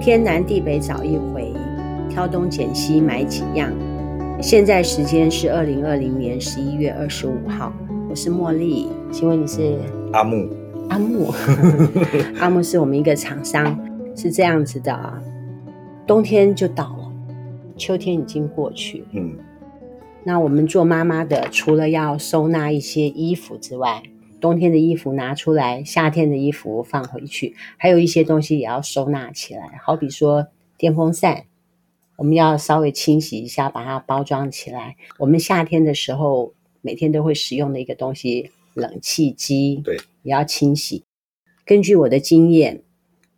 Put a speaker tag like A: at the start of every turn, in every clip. A: 天南地北找一回，挑东拣西买几样。现在时间是二零二零年十一月二十五号，我是茉莉，请问你是
B: 阿木，
A: 阿木？ 阿木是我们一个厂商，是这样子的啊，冬天就到了，秋天已经过去了，
B: 嗯，
A: 那我们做妈妈的，除了要收纳一些衣服之外，冬天的衣服拿出来，夏天的衣服放回去，还有一些东西也要收纳起来。好比说电风扇，我们要稍微清洗一下，把它包装起来。我们夏天的时候每天都会使用的一个东西，冷气机，
B: 对，
A: 也要清洗。根据我的经验，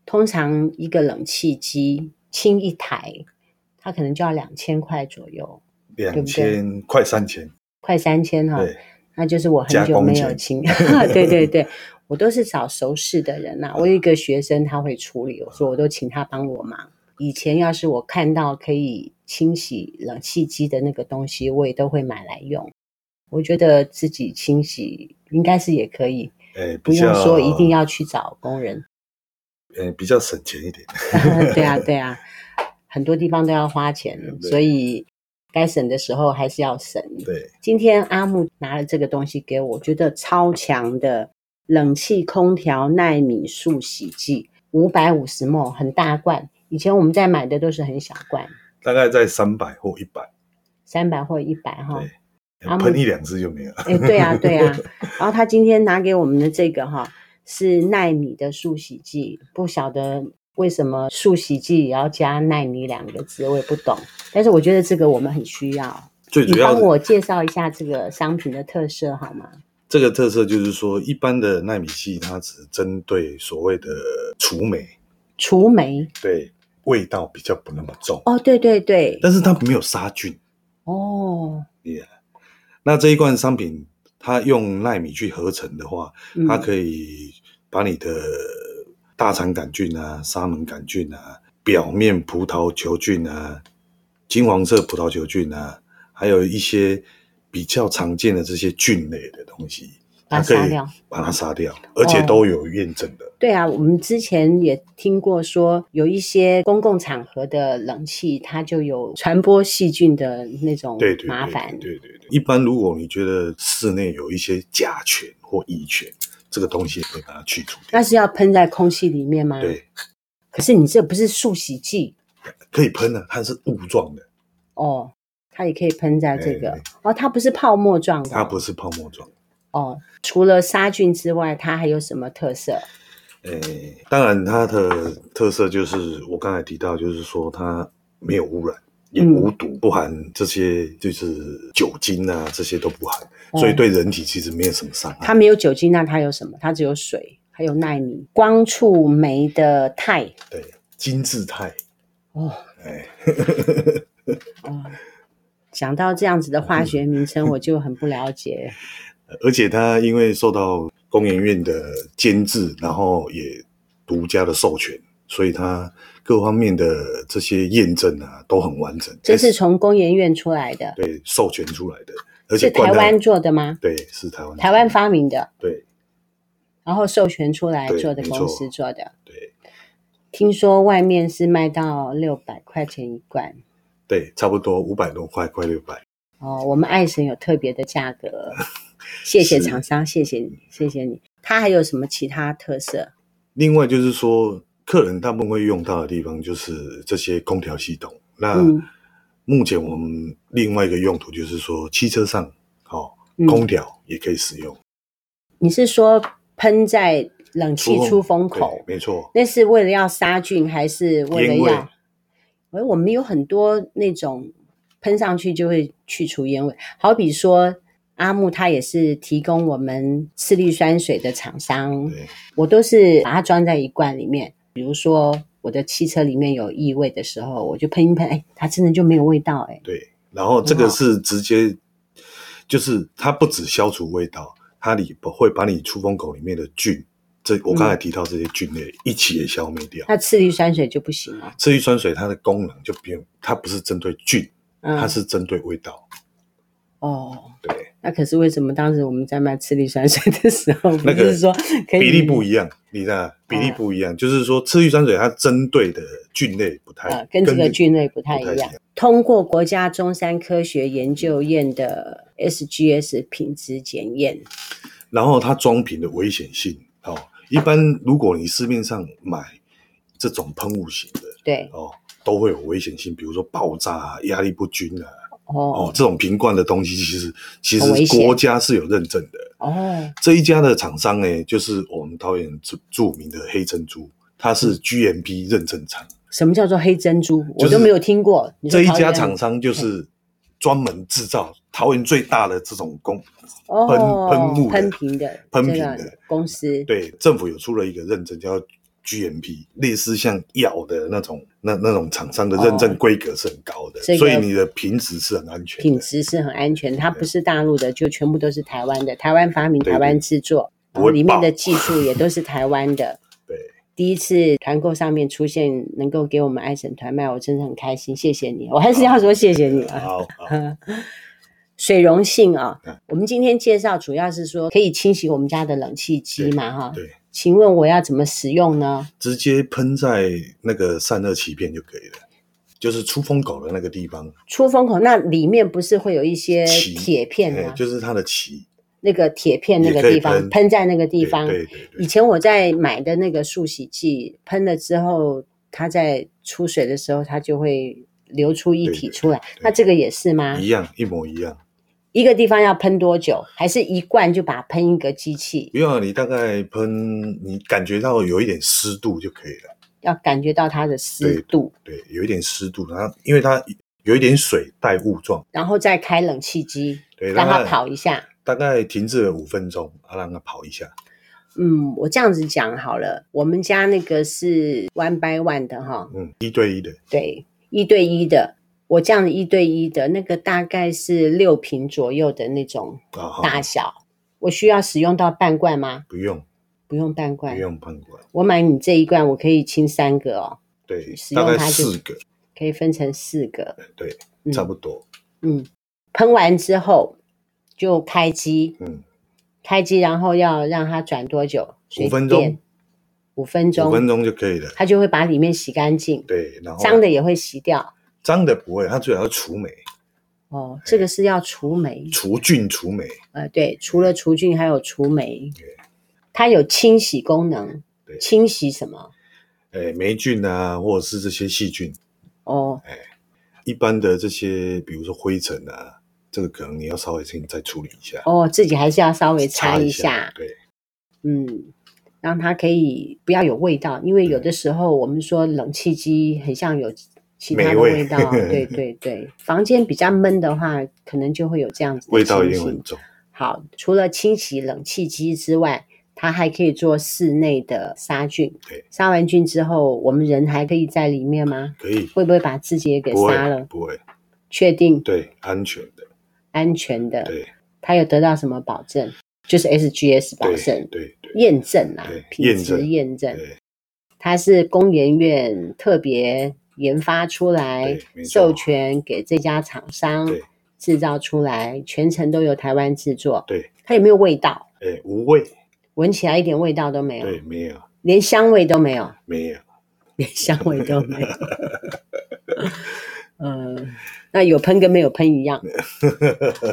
A: 通常一个冷气机清一台，它可能就要两千块左右。
B: 两千快三千，
A: 快三千哈，
B: 对，
A: 那就是我很
B: 加
A: 久
B: 工
A: 没
B: 钱
A: 有 清， 对对对，我都是找熟识的人呐、我有一个学生他会处理，我说我都请他帮我忙。以前要是我看到可以清洗冷气机的那个东西，我也都会买来用。我觉得自己清洗应该是也可以，
B: 哎，
A: 不
B: 比
A: 用
B: 较
A: 说一定，要去找工人。
B: 哎，比较省钱一点，
A: 对啊，对啊，很多地方都要花钱，
B: 对
A: 所以该省的时候还是要省。
B: 对，
A: 今天阿木拿了这个东西给我，我觉得超强的冷气空调纳米速洗剂，五百五十 ml，很大罐。以前我们在买的都是很小罐，
B: 大概在三百或一百，
A: 三百或一百哈。
B: 对
A: 阿木
B: 喷一两次就没有了，
A: 哎，对啊，对啊。然后他今天拿给我们的这个哈是纳米的速洗剂，不晓得为什么速洗剂也要加纳米两个字，我也不懂。但是我觉得这个我们很需要。
B: 最
A: 你
B: 主要
A: 帮
B: 的
A: 我介绍一下这个商品的特色好吗？
B: 这个特色就是说，一般的纳米器它只针对所谓的除霉，
A: 除霉
B: 对，味道比较不那么重，
A: 哦，对对对，
B: 但是它没有杀菌。
A: 哦，
B: 那这一罐商品，它用纳米去合成的话，
A: 嗯
B: 它可以把你的大肠杆菌啊、沙门杆菌啊、表面葡萄球菌啊、金黄色葡萄球菌啊，还有一些比较常见的这些菌类的东西，
A: 把它
B: 它可
A: 杀
B: 以
A: 掉。
B: 把它杀掉，而且都有验证的。
A: 对啊，我们之前也听过说，有一些公共场合的冷气，它就有传播细菌的那种
B: 对对，
A: 麻
B: 对
A: 烦。
B: 对对对。一般如果你觉得室内有一些甲醛或乙醛，这个东西也可以把它去除掉。
A: 那是要喷在空气里面吗？。
B: 对，
A: 可是你这不是速洗剂
B: 可以喷的，它是雾状的，
A: 哦，它也可以喷在这个、
B: 哎哎
A: 哦，它不是泡沫状的。
B: 它不是泡沫状。
A: 哦，除了杀菌之外，它还有什么特色？
B: 啊诶、当然它的特色就是我刚才提到，就是说它没有污染，也
A: 嗯
B: 无毒，不含这些就是酒精啊，这些都不含，
A: 哦
B: 所以对人体其实没有什么伤害。
A: 它没有酒精，那它有什么？它只有水，还有纳米光触酶的肽。
B: 对，金字态，
A: 哦，
B: 哎，
A: 哦，讲到这样子的
B: 嗯
A: 化学名称，我就很不了解。
B: 而且它因为受到工研院的监制，然后也独家的授权，所以它各方面的这些验证啊都很完整，
A: 这是从工研院出来的，
B: 对授权出来的，而且
A: 是台
B: 灌在
A: 湾做的吗？
B: 对是台湾
A: 台湾发明的，
B: 对
A: 然后授权出来
B: 对
A: 做的
B: 没
A: 公
B: 错
A: 司做的。
B: 对
A: 听说外面是卖到六百块钱一罐
B: 对，差不多五百多块，快六百。
A: 哦。我们爱神有特别的价格，谢谢
B: 是
A: 厂商，谢谢你，谢谢你。它还有什么其他特色？
B: 另外就是说，客人大部分会用到的地方就是这些空调系统。那
A: 嗯
B: 目前我们另外一个用途就是说，汽车上哦，
A: 嗯
B: 空调也可以使用，
A: 你是说喷在冷气出风口？
B: 对没错，
A: 那是为了要杀菌，还是为了
B: 烟味
A: 要？哎，我们有很多那种喷上去就会去除烟味，好比说阿木，他也是提供我们次氯酸水的厂商，
B: 对
A: 我都是把它装在一罐里面。比如说我的汽车里面有异味的时候，我就喷一喷，哎，它真的就没有味道，哎，
B: 对。然后这
A: 很
B: 个
A: 好
B: 是直接，就是它不只消除味道，它里会把你出风口里面的菌，这我
A: 嗯
B: 刚才提到这些菌类一起也消灭掉。
A: 那次氯酸水就不行了。
B: 次氯酸水它的功能就不用，它不是针对菌，
A: 嗯，
B: 它是针对味道。
A: 哦，
B: 对，
A: 那可是为什么当时我们在卖次氯酸水的时候，不
B: 那个
A: 是说可以嗯
B: 比例不一样，你知道比例不一样，就是说次氯酸水它针对的菌类不太，
A: 呃，跟这个菌类不太
B: 哎不太
A: 一
B: 一
A: 样
B: 样。
A: 通过国家中山科学研究院的 SGS 品质检验，
B: 然后它装瓶的危险性哦，一般如果你市面上买这种喷雾型的
A: 对，
B: 哦，都会有危险性，比如说爆炸啊、压力不均啊，哦
A: 哦，
B: 这种瓶罐的东西其实其
A: 很危
B: 实
A: 险
B: 国家是有认证的。
A: 哦，
B: 这一家的厂商呢，就是我们桃园著著名的黑珍珠，它
A: 嗯
B: 是 GMP 认证厂。
A: 什么叫做黑珍珠？
B: 就
A: 我
B: 是
A: 都没有听过。你说
B: 这一
A: 桃
B: 家
A: 园
B: 厂商就是专门制造桃园最大的这种工，
A: 哦
B: 喷雾的
A: 喷瓶的
B: 喷瓶
A: 这
B: 的
A: 个公司，
B: 对政府有出了一个认证叫 GMP，类似像药的那种那那种厂商的认证
A: 哦
B: 规格是很高的，
A: 这个
B: 所以你的品质是很安全的
A: 品质是很安全，它不是大陆的，就全部都是台湾的，台湾发明，
B: 对
A: 台湾制作，
B: 不
A: 然后
B: 会
A: 里面
B: 爆
A: 的技术也都是台湾的。
B: 对，
A: 第一次团购上面出现能够给我们爱神团卖，我真的很开心，谢谢你，我还是要说谢谢你啊。
B: 好，好
A: 水溶性啊
B: 嗯，
A: 我们今天介绍主要是说可以清洗我们家的冷气机嘛哈，
B: 对，
A: 请问我要怎么使用呢？
B: 直接喷在那个散热鳍片就可以了，就是出风口的那个地方，
A: 出风口那里面不是会有一些
B: 鳍
A: 铁片啊
B: 哎
A: 吗？
B: 就是它的鳍，
A: 那个铁片那
B: 也
A: 个
B: 可以
A: 地方
B: 喷
A: 喷在那个地
B: 对
A: 方，
B: 对对对
A: 以前我在买的那个速洗剂喷了之后，它在出水的时候，它就会流出一体出来。那这个也是吗？
B: 一样，一模一样。
A: 一个地方要喷多久？还是一罐就把它喷一个机器？
B: 不要你大概喷，你感觉到有一点湿度就可以了。
A: 要感觉到它的湿度，
B: 对，有一点湿度，然后因为它有一点水带雾状，
A: 然后再开冷气机，
B: 对，
A: 让它跑一下。
B: 大概停滞了五分钟，啊，让它跑一下。
A: 嗯，我这样子讲好了，我们家那个是 one by one 的哈，
B: 嗯，一对一的，
A: 对，一对一的。我这样子一对一的那个大概是六瓶左右的那种
B: 啊，好
A: 大小，我需要使用到半罐吗？
B: 不用
A: 不用半
B: 不
A: 罐，
B: 用喷管，
A: 我买你这一罐，我可以清三个哦，
B: 对
A: 使，用
B: 大概
A: 它就
B: 四个，
A: 可以分成四个。
B: 对，
A: 嗯
B: 差不多。
A: 嗯，喷完之后就开机，
B: 嗯，
A: 开机然后要让它转多久？水
B: 五分钟
A: 电，五分
B: 五
A: 钟，
B: 分钟就可以了。
A: 它就会把里面洗干净，
B: 对，然后
A: 脏的也会洗掉。
B: 脏的不会，它主要要除霉、
A: 哦，这个是要除霉，
B: 哎除菌、除霉。
A: 呃，对，除了除菌还有除霉，它有清洗功能，
B: 对
A: 清洗什么？
B: 哎，霉菌啊，或者是这些细菌，
A: 哦，
B: 一般的这些，比如说灰尘啊，这个可能你要稍微先再处理一下，
A: 哦，自己还是要稍微擦
B: 一
A: 一下，
B: 对，
A: 嗯，让它可以不要有味道，因为有的时候我们说冷气机很像有其他
B: 霉
A: 的
B: 味
A: 味道，啊 对对对。房间比较闷的话，可能就会有这样子的
B: 味道
A: 情
B: 一定
A: 形
B: 很重。
A: 好，除了清洗冷气机之外，它还可以做室内的杀菌
B: 对。
A: 杀完菌之后，我们人还可以在里面吗？
B: 可以，
A: 会不会把自己也给
B: 不
A: 杀
B: 会，
A: 了？
B: 不会，
A: 确定
B: 对，安全的，
A: 安全的，
B: 对，
A: 它有得到什么保证？就是 SGS 保
B: 对，
A: 证
B: 对，。对，
A: 验证啊
B: 对，
A: 品质
B: 验证
A: 验证，
B: 对，
A: 它是工研院特别研发出来
B: 对，没错
A: 授权给这家厂商
B: 对
A: 制造出来，全程都由台湾制作。
B: 对，
A: 它有没有味道？
B: 哎，无味，
A: 闻起来一点味道都没有，
B: 对，没有，
A: 连香味都没有，
B: 没有，
A: 连香味都没 有。嗯，那有喷跟没有喷一 样，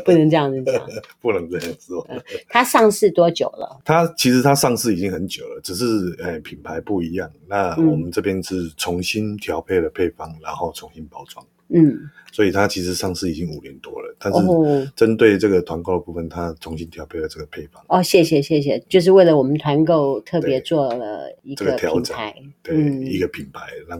A: 不能这样子讲。
B: 不能这样说。
A: 它上市多久了？
B: 它其实它上市已经很久了，只是哎品牌不一样。那
A: 嗯
B: 我们这边是重新调配了配方，然后重新包装，
A: 嗯，
B: 所以它其实上市已经五年多了。但是
A: 哦
B: 针对这个团购的部分，它重新调配了这个配方。
A: 哦，谢谢谢谢，就是为了我们团购特别
B: 对
A: 做了一
B: 这
A: 个
B: 个调
A: 平
B: 整
A: 台，
B: 对，
A: 嗯
B: 一个品牌让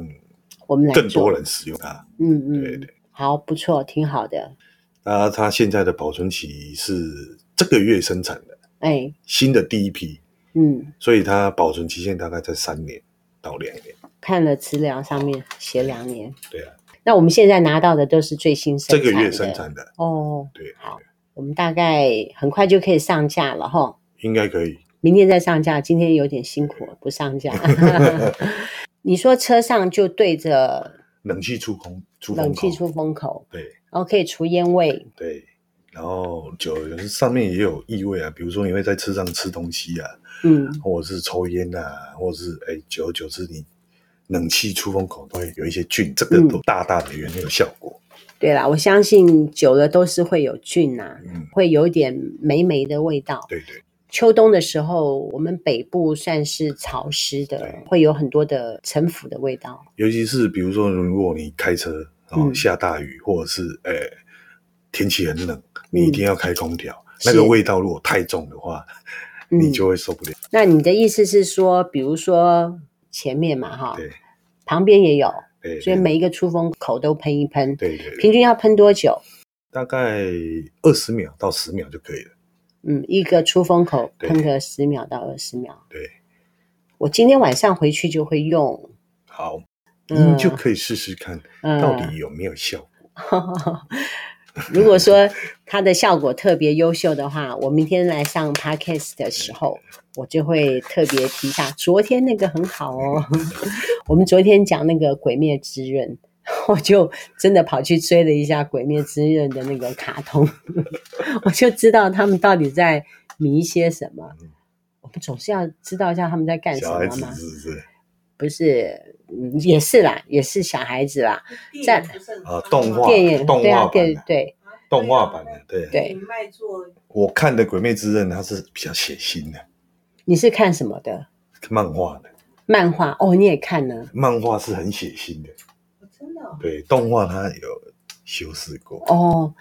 A: 我们来
B: 更
A: 做
B: 多人使用它。
A: 嗯嗯，
B: 对对
A: 好，不错，挺好的。
B: 那它现在的保存期是这个月生产的
A: 哎，
B: 新的第一批，
A: 嗯，
B: 所以它保存期限大概在三年到两年。
A: 看了资料上面写两年，
B: 对啊，
A: 那我们现在拿到的都是最新生
B: 这
A: 产
B: 个
A: 的
B: 月生产的，
A: 哦，
B: 对，
A: 我们大概很快就可以上架了哈。
B: 应该可以。
A: 明天再上架，今天有点辛苦，不上 架。你说车上就对着
B: 冷气出空，出风
A: 冷气
B: 口
A: 出风口，
B: 对
A: 然后可以除烟味，
B: 对，然后酒上面也有异味啊，比如说你会在车上吃东西啊，
A: 嗯，
B: 或者是抽烟啊，或者是哎，久而久之你冷气出风口都会有一些菌，这个
A: 嗯
B: 都大大的有那个效果。
A: 对啦，我相信久了都是会有菌呐、
B: 嗯，
A: 会有一点霉霉的味道。
B: 对对，
A: 秋冬的时候，我们北部算是潮湿的
B: 对，
A: 会有很多的陈腐的味道。
B: 尤其是比如说如果你开车，然后
A: 嗯
B: 下大雨，或者是哎天气很冷，
A: 嗯
B: 你一定要开空调，
A: 是
B: 那个味道如果太重的话，
A: 嗯
B: 你就会受不了。
A: 那你的意思是说，比如说前面嘛，哈，
B: 对
A: 旁边也有，
B: 对，
A: 嗯所以
B: 对
A: 每一个出风口都喷一喷。
B: 哎对对对，
A: 平均要喷多久？
B: 大概二十秒到十秒就可以了。
A: 嗯，一个出风口
B: 对
A: 喷个十秒到二十秒。
B: 对，
A: 我今天晚上回去就会用。
B: 好，
A: 嗯
B: 你就可以试试看
A: 嗯
B: 到底有没有效果。
A: 如果说它的效果特别优秀的话，我明天来上 podcast 的时候，我就会特别提一下。昨天那个很好哦， 我们昨天讲那个《鬼灭之刃》， 我就真的跑去追了一下《鬼灭之刃》的那个卡通， 我就知道他们到底在迷些什么
B: 嗯。
A: 我们总是要知道一下他们在干什
B: 小孩
A: 么
B: 子
A: 嘛？
B: 是不是
A: 不是，嗯也是啦，也是小孩子啦，在
B: 啊动画
A: 电影
B: 动
A: 对啊，
B: 画版
A: 电
B: 的
A: 对，
B: 动画版的？对，
A: 对
C: 卖座哦
B: 我看的《鬼灭之刃》它是比较血腥的，
A: 你是看什么的？
B: 漫画的，
A: 漫画哦，你也看了
B: 漫画是很血腥的。
C: 真的哦
B: 对，动画它有修饰过。
A: 哦。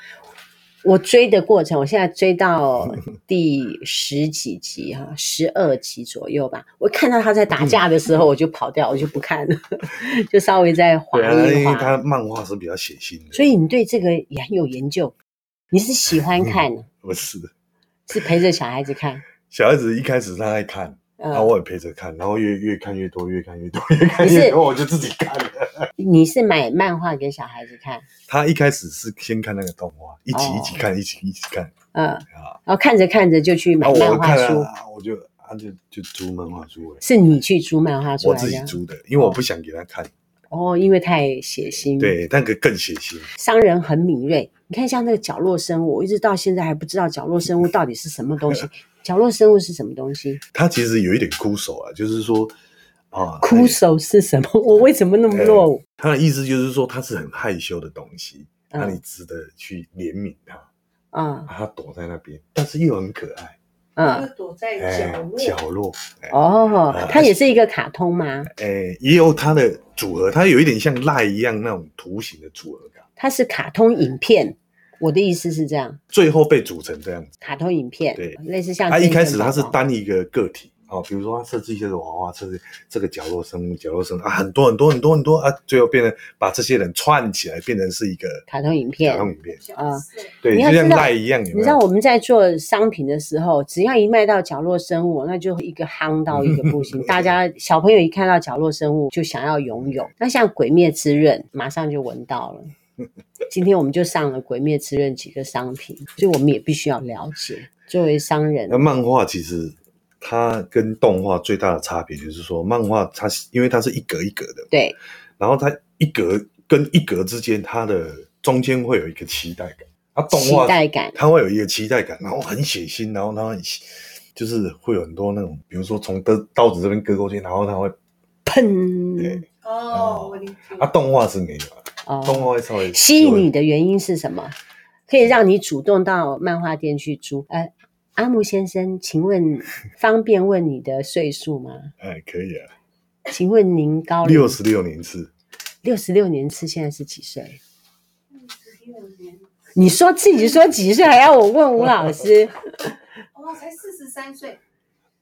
A: 我追的过程，我现在追 到第十几集哈、十二集左右吧。我看到他在打架的时候，我就跑掉，我就不看了， 就稍微再滑
B: 对啊，
A: 一
B: 因为
A: 滑。
B: 它漫画是比较血腥的，
A: 所以你对这个也很有研究，你是喜
B: 嗯
A: 欢看，
B: 不是
A: 是陪着小孩子看。
B: 小孩子一开始他在看，
A: 嗯、
B: 然啊后我也陪着看，然后越越看越多，越看越多， 越看
A: 你是
B: 越多，我就自己看了。
A: 你是买漫画给小孩子看，
B: 他一开始是先看那个动画，一集一集看，一集一集看
A: 嗯、
B: 啊。
A: 然后看着看着就去
B: 然
A: 买
B: 后我
A: 漫画
B: 看
A: 书，
B: 了啊，我就啊就就租漫画书而已，
A: 是你去租漫画书
B: 我
A: 来
B: 自己
A: 的
B: 租的，因为我不想给他看。
A: 哦，因为太血腥。。
B: 对，那个更血腥。
A: 商人很敏锐。你看，像那个角落生物，我一直到现在还不知道角落生物到底是什么东西。角落生物是什么东西？
B: 他其实有一点枯手啊，就是说啊，
A: 枯手是什么？ 我为什么那么落伍？
B: 他的意思就是说，他是很害羞的东西，
A: 嗯
B: 哎那、你值得去怜悯他，
A: 啊
B: 啊，他躲在那边，但是又很可爱，
C: 就
A: 嗯，
C: 躲在
B: 哎
C: 角落，，
B: 角落，哎、
A: 哦
B: 啊，
A: 它也是一个卡通吗？
B: 哎也有它的组合，它有一点像赖一样那种图形的组合感，
A: 它是卡通影片。我的意思是这样，
B: 最后被组成这样子。
A: 卡通影片，
B: 对
A: 类似像
B: 他一开始
A: 它
B: 它是单一个个体。哦，比如说他设计一些娃娃，设计这个角落生物、角落生物啊，很多很多很多很多啊，最后变成把这些人串起来，变成是一个
A: 卡通影片
B: 卡。通影片。
A: 啊
B: 对，
A: 你要
B: 就
A: 知
B: 像
A: 道
B: 赖一样，有没有
A: 你知道我们在做商品的时候，只要一卖到角落生物，那就一个夯到一个不 行。大家小朋友一看到角落生物就想要拥有。那像《鬼灭之刃》，马上就闻到了。今天我们就上了《鬼灭之刃》几个商品，所以我们也必须要了解。作为商人
B: 那，漫画其实它跟动画最大的差别就是说，漫画它是因为它是一格一格的，
A: 对，
B: 然后它一格跟一格之间，它的中间会有一个期待感。它动
A: 期
B: 画
A: 待感，
B: 它会有一个期待感，然后很血腥，然后它很就是会有很多那种，比如说从刀刀子这边割过去，然后它会
A: 砰！
C: 哦，我理解。
B: 啊，动画是没有啊，动
A: 哦，
B: 画会稍微
A: 吸引你的原因是什么？可以让你主动到漫画店去租。呃，阿木先生，请问方便问你的岁数吗？
B: 哎，可以啊，
A: 请问您高龄
B: 六十六年次，
A: 六十六年次现在是几岁？
C: 46年嗯
A: 你说自己说几岁，还要我问吴老 师？
C: 哦，才四十三岁，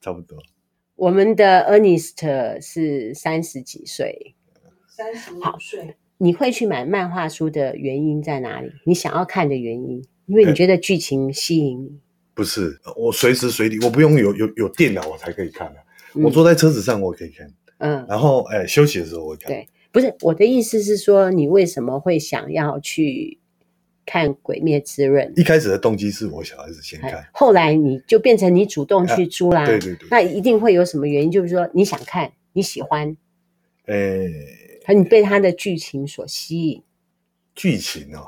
B: 差不多。
A: 我们的 Ernest 是三十几岁，
C: 三十五岁，
A: 你会去买漫画书的原因在哪里？你想要看的原因，因为你觉得剧情吸引你。
B: 不是，我随时随地，我不用有有有电脑我才可以看啊。
A: 嗯
B: 我坐在车子上我可以看，
A: 嗯，
B: 然后哎、休息的时候我会看。
A: 对不是我的意思是说，你为什么会想要去看《鬼灭之刃》
B: 一开始的动机是我小孩子先
A: 哎？
B: 看，
A: 后来你就变成你主动去租啦、
B: 啊对对对，
A: 那一定会有什么原因？就是说你想看，你喜欢，
B: 哎，
A: 和你被它的剧情所吸引。
B: 剧情哦，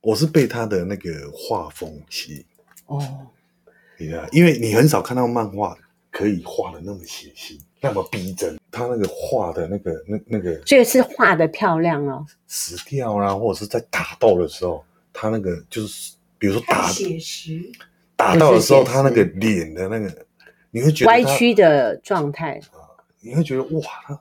B: 我是被他的那个画风吸引，
A: 哦，
B: 你知道，因为你很少看到漫画可以画的那么血腥，那么逼真。他那个画的那个那那个
A: 所以是画的漂亮哦，
B: 石雕啦、或者是在打斗的时候，他那个就是，比如说
C: 太
B: 打
C: 写实，
B: 打到的时候，
A: 就是写实
B: 他那个脸的那个，你会觉得
A: 歪
B: 他
A: 曲，的状态，
B: 你会觉得哇，他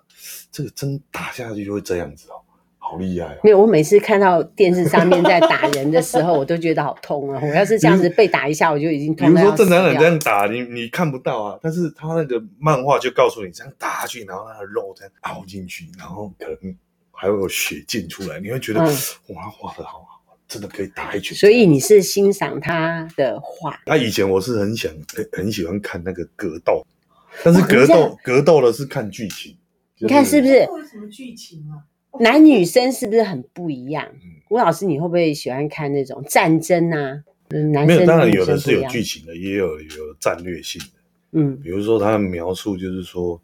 B: 这个针打下去就会这样子哦，好厉害哦。
A: 没有，我每次看到电视上面在打人的时候，我都觉得好痛啊！我要是这样子被打一下，我就已经
B: 比
A: 痛
B: 如
A: 到
B: 说
A: 要
B: 正
A: 死
B: 常人这
A: 掉。
B: 样打你，你看不到啊，但是他那个漫画就告诉你这样打下去，然后他的肉这样凹进去，然后可能还会有血溅出来，你会觉得、
A: 嗯
B: 哇，他画的好好，真的可以打一拳。
A: 所以你是欣赏他的画，
B: 他以前我是很想很很喜欢看那个格斗，但是
A: 哇
B: 格
A: 你这样
B: 斗格斗的是看剧情，
A: 你看是不是
C: 会有什么剧情啊？
A: 男女生是不是很不一样
B: 嗯？
A: 吴老师，你会不会喜欢看那种战争啊？嗯男
B: 没
A: 生跟
B: 有，当然
A: 女
B: 有
A: 生
B: 的是
A: 不一
B: 有
A: 样。
B: 剧情的，也有有战略性的。
A: 嗯，
B: 比如说他的描述就是说，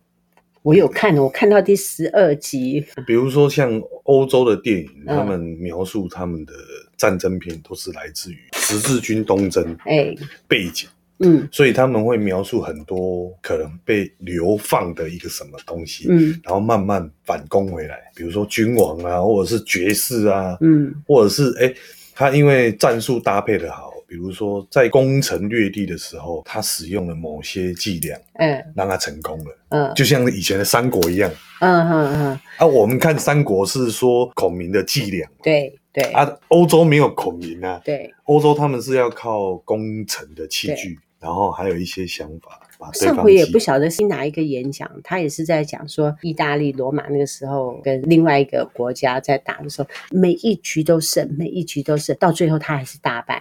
A: 我有看，哦我看到第十二集，
B: 比如说像欧洲的电影，
A: 嗯
B: 他们描述他们的战争片都是来自于十字军东征
A: 哎，
B: 背景，
A: 嗯
B: 所以他们会描述很多可能被流放的一个什么东西，
A: 嗯
B: 然后慢慢反攻回来。比如说君王啊，或者是爵士啊，
A: 嗯
B: 或者是哎，诶他因为战术搭配的好，比如说在攻城略地的时候，他使用了某些伎俩，
A: 嗯
B: 让他成功了，
A: 嗯
B: 就像以前的三国一样。
A: 嗯嗯嗯，
B: 啊，我们看三国是说孔明的伎俩
A: 对对
B: 啊，欧洲没有孔明啊，
A: 对。
B: 欧洲他们是要靠工程的器具，然后还有一些想法把对
A: 上
B: 方
A: 回也
B: 击
A: 不晓得是哪一个演讲，他也是在讲说，意大利罗马那个时候跟另外一个国家在打的时候，每一局都胜，每一局都胜，到最后他还是大 败，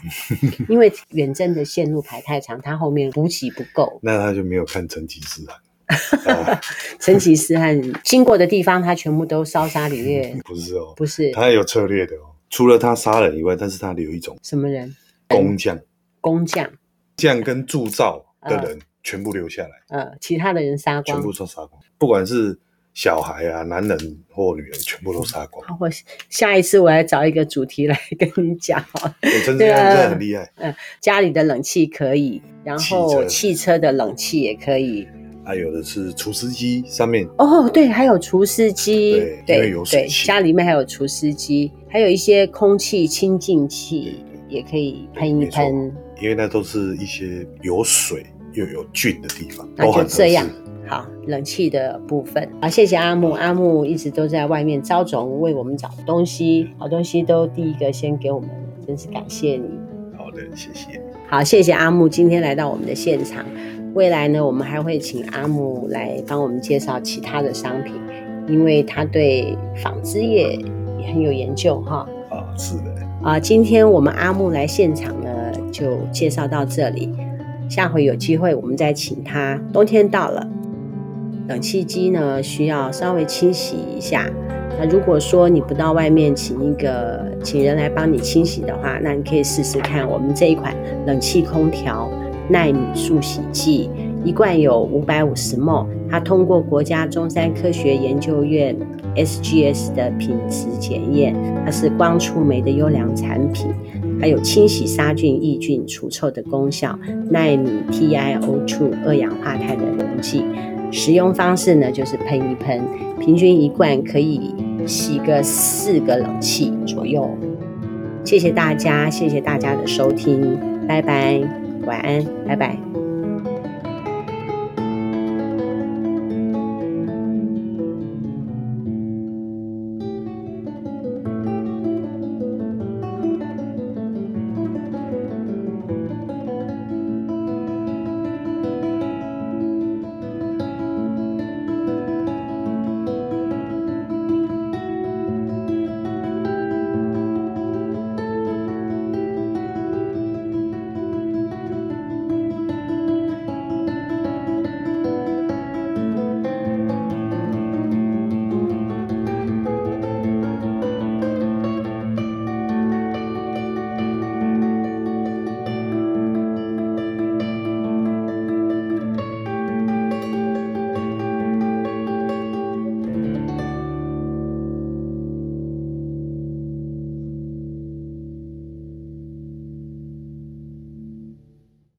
A: 因为远征的线路排太长，他后面补给不够。
B: 那他就没有看成吉思汗、啊，
A: 成吉思汗经过的地方，他全部都烧杀掳掠，
B: 不是哦，
A: 不是
B: 他有策略的哦。除了他杀人以外，但是他留一种
A: 什么人，
B: 工匠、
A: 嗯工匠，
B: 匠跟铸造的人全部留下来，
A: 呃，其他的人杀
B: 全
A: 嗯光
B: 部。都杀光，不管是小孩啊、男人或女人，全部都杀光。
A: 啊好，我下一次我来找一个主题来跟你讲好了。
B: 我哎真的
A: 对啊
B: 真的很厉害，
A: 家里的冷气可以，然后
B: 汽车
A: 汽车的冷气也可以。
B: 还啊有的是厨师机上面
A: 哦，对，还有除湿机
B: 对，因为
A: 对
B: 有水
A: 对，
B: 汽
A: 家里面还有除湿机，还有一些空气清净器
B: 对
A: 也可以
B: 对
A: 喷一
B: 没错
A: 喷。
B: 因为那都是一些有水又有菌的地方，
A: 那
B: 都
A: 就
B: 很合
A: 这样
B: 适。
A: 好，冷气的部分好，谢谢阿木，阿木一直都在外面招总为我们找东西，
B: 嗯
A: 好东西都第一个先给我们，真是感谢你。
B: 好的，谢谢。
A: 好，谢谢阿木今天来到我们的现场。未来呢，我们还会请阿木来帮我们介绍其他的商品，因为他对纺织业也很有研究哈。
B: 啊，是的，
A: 啊，今天我们阿木来现场呢，就介绍到这里。下回有机会我们再请他。冬天到了，冷气机呢需要稍微清洗一下。那如果说你不到外面请一个请人来帮你清洗的话，那你可以试试看我们这一款冷气空调耐米速洗剂，一罐有五百五十 ml，它通过国家中山科学研究院 SGS 的品质检验。它是光触媒的优良产品，还有清洗杀菌、抑菌、除臭的功效，纳米 TiO2 二氧化碳的溶剂。使用方式呢，就是喷一喷，平均一罐可以洗个四个冷气左右。谢谢大家，谢谢大家的收听，拜拜，晚安，拜拜。